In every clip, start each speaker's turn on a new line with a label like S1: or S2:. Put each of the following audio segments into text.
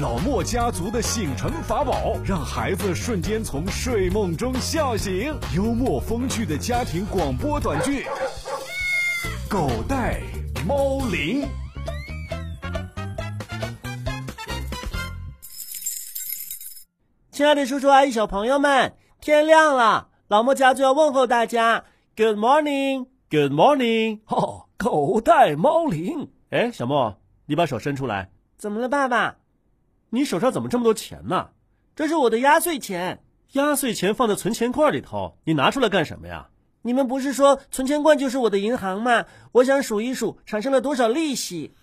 S1: 老莫家族的醒神法宝，让孩子瞬间从睡梦中笑醒。幽默风趣的家庭广播短剧，《狗带猫铃》。
S2: 亲爱的叔叔阿姨、小朋友们，天亮了，老莫家族要问候大家。Good morning，Good morning。
S3: 哦，狗带猫铃。
S2: 哎，小莫，你把手伸出来。怎么了，爸爸？你手上怎么这么多钱呢？
S4: 这是我的压岁钱。
S2: 压岁钱放在存钱罐里头，你拿出来干什么呀？
S4: 你们不是说存钱罐就是我的银行吗？我想数一数产生了多少利 息。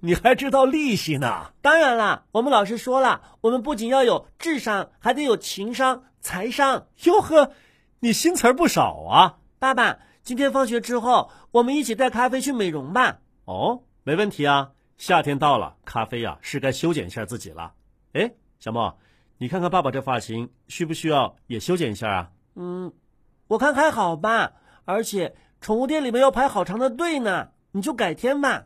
S3: 你还知道利息呢？
S4: 当然啦，我们老师说了，我们不仅要有智商，还得有情商、财商。
S2: 哟呵，你新词儿不少啊！
S4: 爸爸，今天放学之后，我们一起带咖啡去美容吧。
S2: 哦，没问题啊。夏天到了，咖啡呀、啊、是该修剪一下自己了。哎，小莫，你看看爸爸这发型，需不需要也修剪一下啊？
S4: 嗯。我看还好吧，而且宠物店里面要排好长的队呢，你就改天吧。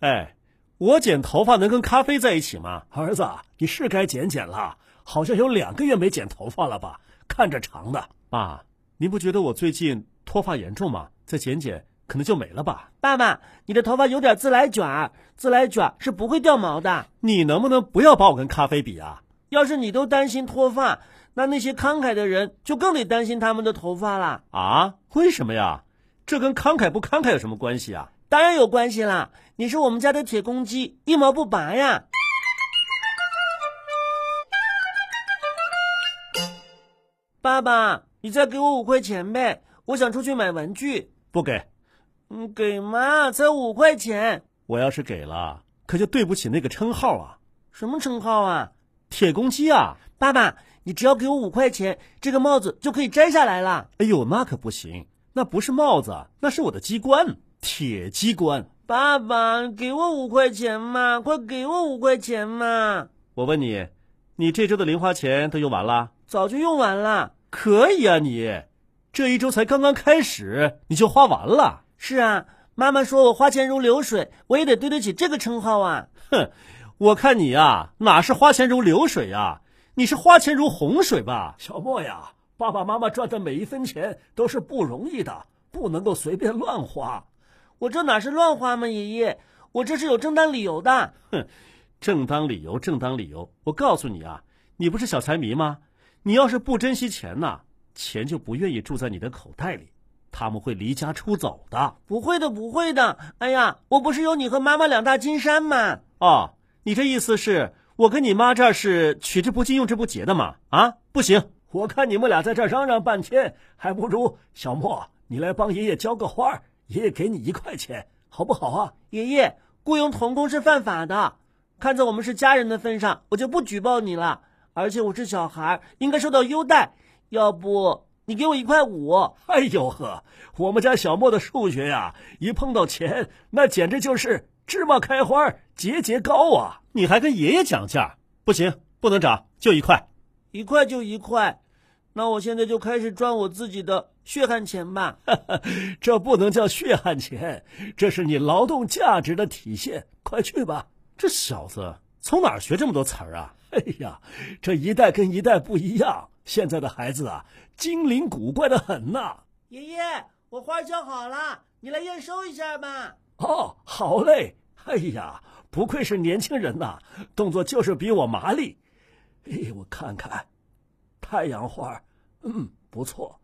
S2: 哎，我剪头发能跟咖啡在一起吗？
S3: 儿子，你是该剪剪了，好像有两个月没剪头发了吧？看着长的。
S2: 爸，您不觉得我最近脱发严重吗？再剪剪可能就没了吧？
S4: 爸爸，你的头发有点自来卷，自来卷是不会掉毛的。
S2: 你能不能不要把我跟咖啡比啊？
S4: 要是你都担心脱发，那那些慷慨的人就更得担心他们的头发啦。
S2: 啊？为什么呀？这跟慷慨不慷慨有什么关系啊？
S4: 当然有关系啦！你是我们家的铁公鸡，一毛不拔呀。爸爸，你再给我五块钱呗，我想出去买文具。
S2: 不给。
S4: 嗯，给嘛，才五块钱。
S2: 我要是给了，可就对不起那个称号啊。
S4: 什么称号啊？
S2: 铁公鸡啊，
S4: 爸爸，你只要给我五块钱，这个帽子就可以摘下来了。
S2: 哎呦，那可不行，那不是帽子，啊那是我的鸡冠，铁鸡冠。
S4: 爸爸，给我五块钱嘛，快给我五块钱嘛！
S2: 我问你，你这周的零花钱都用完了？
S4: 早就用完了。
S2: 可以啊你，你这一周才刚刚开始，你就花完了。
S4: 是啊，妈妈说我花钱如流水，我也得对得起这个称号啊。
S2: 哼。我看你呀、啊，哪是花钱如流水呀、啊？你是花钱如洪水吧，
S3: 小莫呀！爸爸妈妈赚的每一分钱都是不容易的，不能够随便乱花。
S4: 我这哪是乱花吗，爷爷？我这是有正当理由的。
S2: 哼，正当理由，正当理由！我告诉你啊，你不是小财迷吗？你要是不珍惜钱呐、啊，钱就不愿意住在你的口袋里。他们会离家出走的。
S4: 不会的，不会的！哎呀，我不是有你和妈妈两大金山吗？
S2: 哦。你这意思是我跟你妈这儿是取之不尽用之不竭的嘛？啊，不行！
S3: 我看你们俩在这嚷嚷半天，还不如小莫你来帮爷爷浇个花，爷爷给你一块钱，好不好啊？
S4: 爷爷，雇佣童工是犯法的，看在我们是家人的份上，我就不举报你了。而且我是小孩，应该受到优待。要不你给我一块五？
S3: 哎呦呵，我们家小莫的数学呀、啊，一碰到钱，那简直就是。芝麻开花节节高啊！
S2: 你还跟爷爷讲价？不行，不能涨，就一块，
S4: 一块就一块。那我现在就开始赚我自己的血汗钱吧。
S3: 这不能叫血汗钱，这是你劳动价值的体现。快去吧！
S2: 这小子从哪儿学这么多词儿啊？
S3: 哎呀，这一代跟一代不一样，现在的孩子啊，精灵古怪的很呐、啊。
S4: 爷爷，我花浇好了，你来验收一下吧。
S3: 哦，好嘞！哎呀，不愧是年轻人呐、啊，动作就是比我麻利。哎，我看看，太阳花，嗯，不错。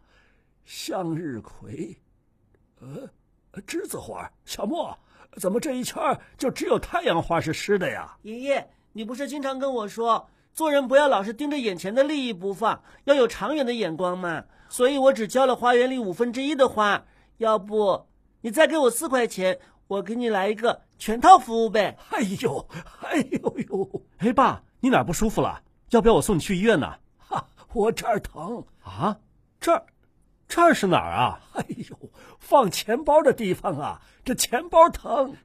S3: 向日葵，呃，栀子花。小莫，怎么这一圈就只有太阳花是湿的呀？
S4: 爷爷，你不是经常跟我说，做人不要老是盯着眼前的利益不放，要有长远的眼光嘛？所以我只浇了花园里五分之一的花。要不，你再给我四块钱。我给你来一个全套服务呗！
S3: 哎呦，哎呦呦！
S2: 哎，爸，你哪不舒服了？要不要我送你去医院呢？
S3: 哈、啊，我这儿疼
S2: 啊！这儿，这儿是哪儿啊？
S3: 哎呦，放钱包的地方啊！这钱包疼。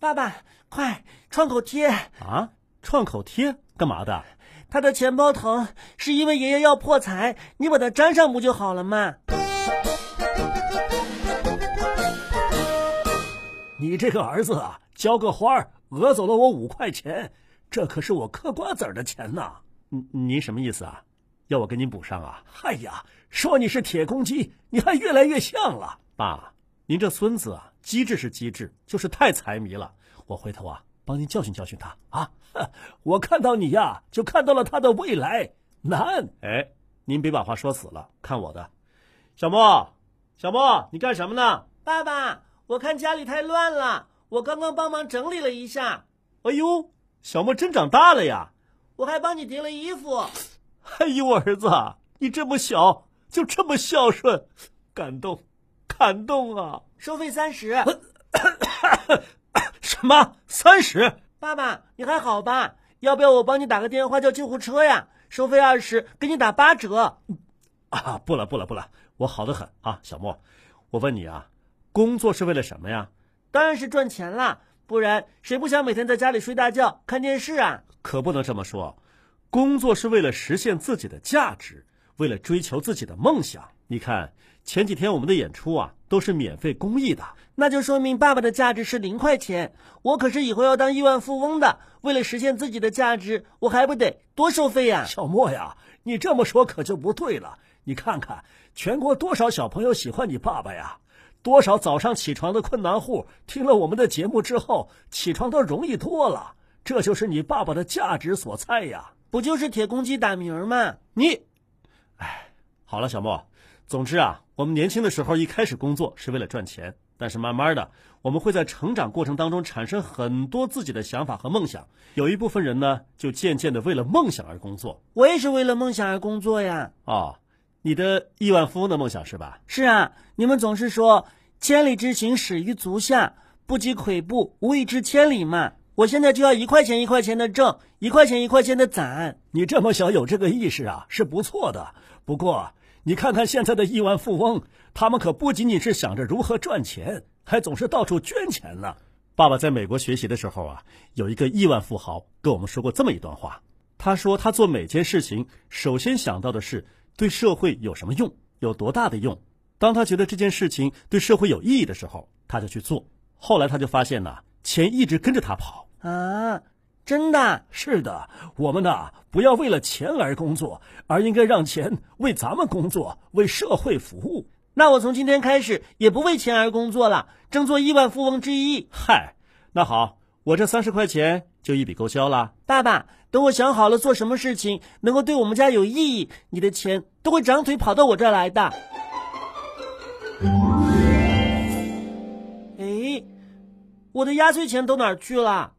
S4: 爸爸，快，创口贴
S2: 啊！创口贴干嘛的？
S4: 他的钱包疼，是因为爷爷要破财，你把它粘上不就好了吗？
S3: 你这个儿子啊，浇个花讹走了我五块钱，这可是我嗑瓜子儿的钱呐、
S2: 您您什么意思啊？要我给您补上啊？
S3: 哎呀，说你是铁公鸡，你还越来越像了。
S2: 爸，您这孙子啊，机智是机智，就是太财迷了。我回头啊，帮您教训教训他啊。
S3: 我看到你呀，就看到了他的未来难。
S2: 哎，您别把话说死了，看我的。小莫，小莫，你干什么呢？
S4: 爸爸，我看家里太乱了，我刚刚帮忙整理了一下，
S2: 哎呦，小莫真长大了呀！
S4: 我还帮你叠了衣服。
S2: 哎呦，我儿子啊，你这么小就这么孝顺，感动，感动啊！
S4: 收费三十，
S2: 什么三十？
S4: 爸爸，你还好吧？要不要我帮你打个电话叫救护车呀？收费二十，给你打八折。
S2: 啊，不了不了不了，我好的很啊，小莫，我问你啊，工作是为了什么呀？
S4: 当然是赚钱啦，不然谁不想每天在家里睡大觉、看电视啊？
S2: 可不能这么说，工作是为了实现自己的价值，为了追求自己的梦想。你看前几天我们的演出啊，都是免费公益的。
S4: 那就说明爸爸的价值是零块钱，我可是以后要当亿万富翁的。为了实现自己的价值，我还不得多收费呀、
S3: 小莫呀，你这么说可就不对了。你看看全国多少小朋友喜欢你爸爸呀？多少早上起床的困难户听了我们的节目之后，起床都容易多了。这就是你爸爸的价值所在呀。
S4: 不就是铁公鸡打鸣吗？
S2: 你，哎，好了，小莫，总之啊，我们年轻的时候一开始工作是为了赚钱，但是慢慢的，我们会在成长过程当中产生很多自己的想法和梦想。有一部分人呢，就渐渐的为了梦想而工作
S4: 我也是为了梦想而工作呀。
S2: 哦。你的亿万富翁的梦想是吧？
S4: 是啊，你们总是说“千里之行，始于足下，不积跬步，无以至千里”嘛。我现在就要一块钱一块钱的挣，一块钱一块钱的攒。
S3: 你这么小有这个意识啊，是不错的。不过你看看现在的亿万富翁，他们可不仅仅是想着如何赚钱，还总是到处捐钱呢。
S2: 爸爸在美国学习的时候啊，有一个亿万富豪跟我们说过这么一段话。他说他做每件事情，首先想到的是对社会有什么用，有多大的用。当他觉得这件事情对社会有意义的时候，他就去做。后来他就发现呢、钱一直跟着他跑。
S4: 啊，真的？
S3: 是的，我们呐，不要为了钱而工作，而应该让钱为咱们工作，为社会服务。
S4: 那我从今天开始也不为钱而工作了，争做亿万富翁之一。
S2: 嗨，那好，我这三十块钱就一笔勾销啦。
S4: 爸爸，等我想好了做什么事情能够对我们家有意义，你的钱都会长腿跑到我这儿来 的。哎，我的压岁钱都哪儿去了？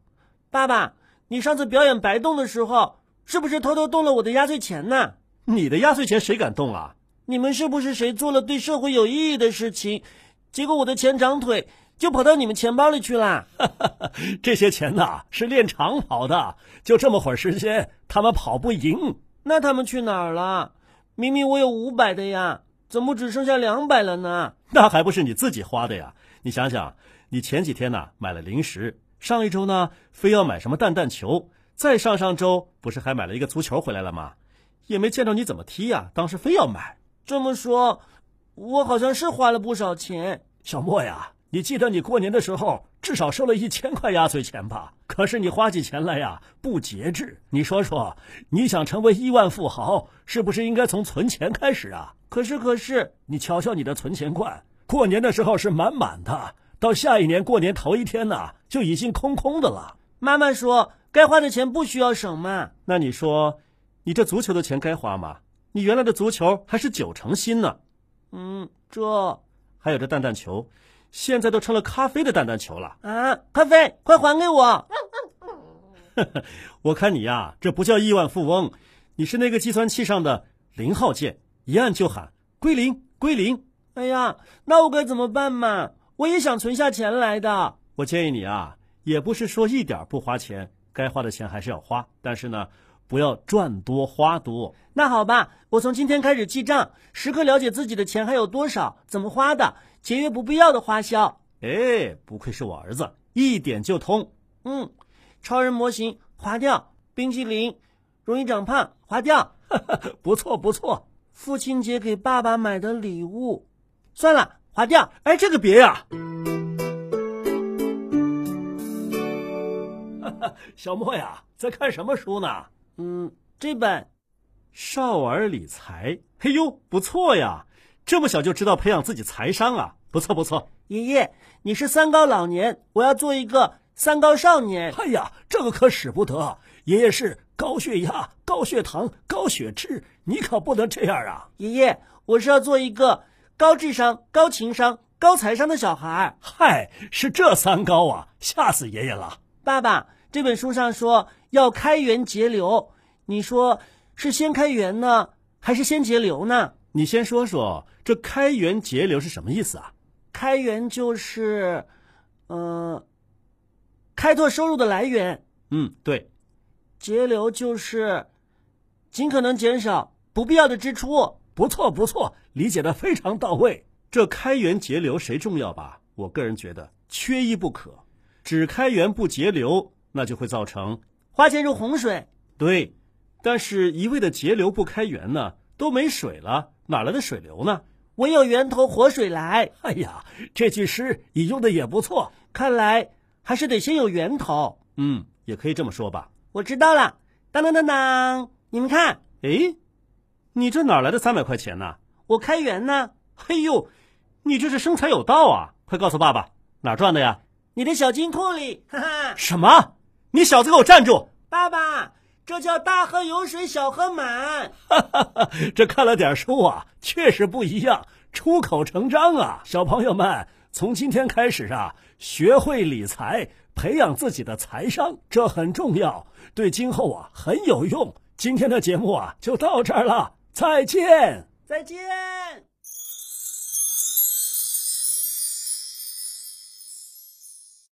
S4: 爸爸，你上次表演白动的时候，是不是偷偷动了我的压岁钱呢？
S2: 你的压岁钱谁敢动啊？
S4: 你们是不是谁做了对社会有意义的事情，结果我的钱长腿就跑到你们钱包里去啦？
S3: 这些钱呐、是练长跑的，就这么会儿时间，他们跑不赢。
S4: 那他们去哪儿了？明明我有五百的呀，怎么只剩下两百了呢？
S2: 那还不是你自己花的呀？你想想，你前几天呢、买了零食，上一周呢非要买什么蛋蛋球，再上上周不是还买了一个足球回来了吗？也没见着你怎么踢呀、当时非要买。
S4: 这么说，我好像是花了不少钱。
S3: 小莫呀，你记得你过年的时候至少收了一千块压岁钱吧？可是你花起钱来呀不节制。你说说，你想成为亿万富豪，是不是应该从存钱开始啊？
S4: 可是可是，
S3: 你瞧瞧你的存钱罐，过年的时候是满满的，到下一年过年头一天呢、就已经空空的了。
S4: 妈妈说该花的钱不需要省嘛。
S2: 那你说，你这足球的钱该花吗？你原来的足球还是九成新呢，
S4: 嗯，这
S2: 还有这蛋蛋球，现在都成了咖啡的蛋蛋球了。
S4: 啊，咖啡，快还给我！
S2: 我看你呀、这不叫亿万富翁，你是那个计算器上的零号键，一按就喊归零归零。
S4: 哎呀，那我该怎么办嘛？我也想存下钱来的。
S2: 我建议你啊，也不是说一点儿不花钱，该花的钱还是要花，但是呢，不要赚多花多。
S4: 那好吧，我从今天开始记账，时刻了解自己的钱还有多少，怎么花的，节约不必要的花销。
S2: 哎，不愧是我儿子，一点就通。
S4: 嗯，超人模型划掉，冰淇淋容易长胖划 掉，
S3: 不错不错，
S4: 父亲节给爸爸买的礼物，算了划掉。
S2: 哎，这个别呀、
S3: 小莫呀，在看什么书呢？
S4: 嗯，这本《
S2: 少儿理财》。嘿呦，不错呀，这么小就知道培养自己财商啊，不错不错。
S4: 爷爷，你是三高老年，我要做一个三高少年。
S3: 哎呀，这个可使不得！啊爷爷是高血压、高血糖、高血脂，你可不能这样啊！
S4: 爷爷，我是要做一个高智商、高情商、高财商的小孩。
S3: 嗨，是这三高啊，吓死爷爷了！
S4: 爸爸，这本书上说要开源节流，你说是先开源呢，还是先节流呢？
S2: 你先说说这开源节流是什么意思啊？
S4: 开源就是，呃，开拓收入的来源。
S2: 嗯，对。
S4: 节流就是尽可能减少不必要的支出。
S3: 不错，不错，理解的非常到位。
S2: 这开源节流谁重要吧？我个人觉得缺一不可。只开源不节流，那就会造成
S4: 花钱如洪水。
S2: 对，但是一味的节流不开源呢，都没水了，哪来的水流呢？
S4: 唯有源头活水来。
S3: 哎呀，这句诗你用的也不错，
S4: 看来还是得先有源头。
S2: 嗯，也可以这么说吧。
S4: 我知道了，当当当当，你们看，
S2: 哎，你这哪来的三百块钱呢？
S4: 我开源呢。
S2: 嘿呦，你这是生财有道啊！快告诉爸爸哪赚的呀？
S4: 你的小金库里，哈哈。
S2: 什么？你小子给我站住！
S4: 爸爸，这叫大喝有水，小喝满。
S3: 哈哈哈，这看了点书啊，确实不一样。出口成章啊！小朋友们，从今天开始啊，学会理财，培养自己的财商，这很重要，对今后啊很有用。今天的节目啊就到这儿了，再见，
S4: 再见。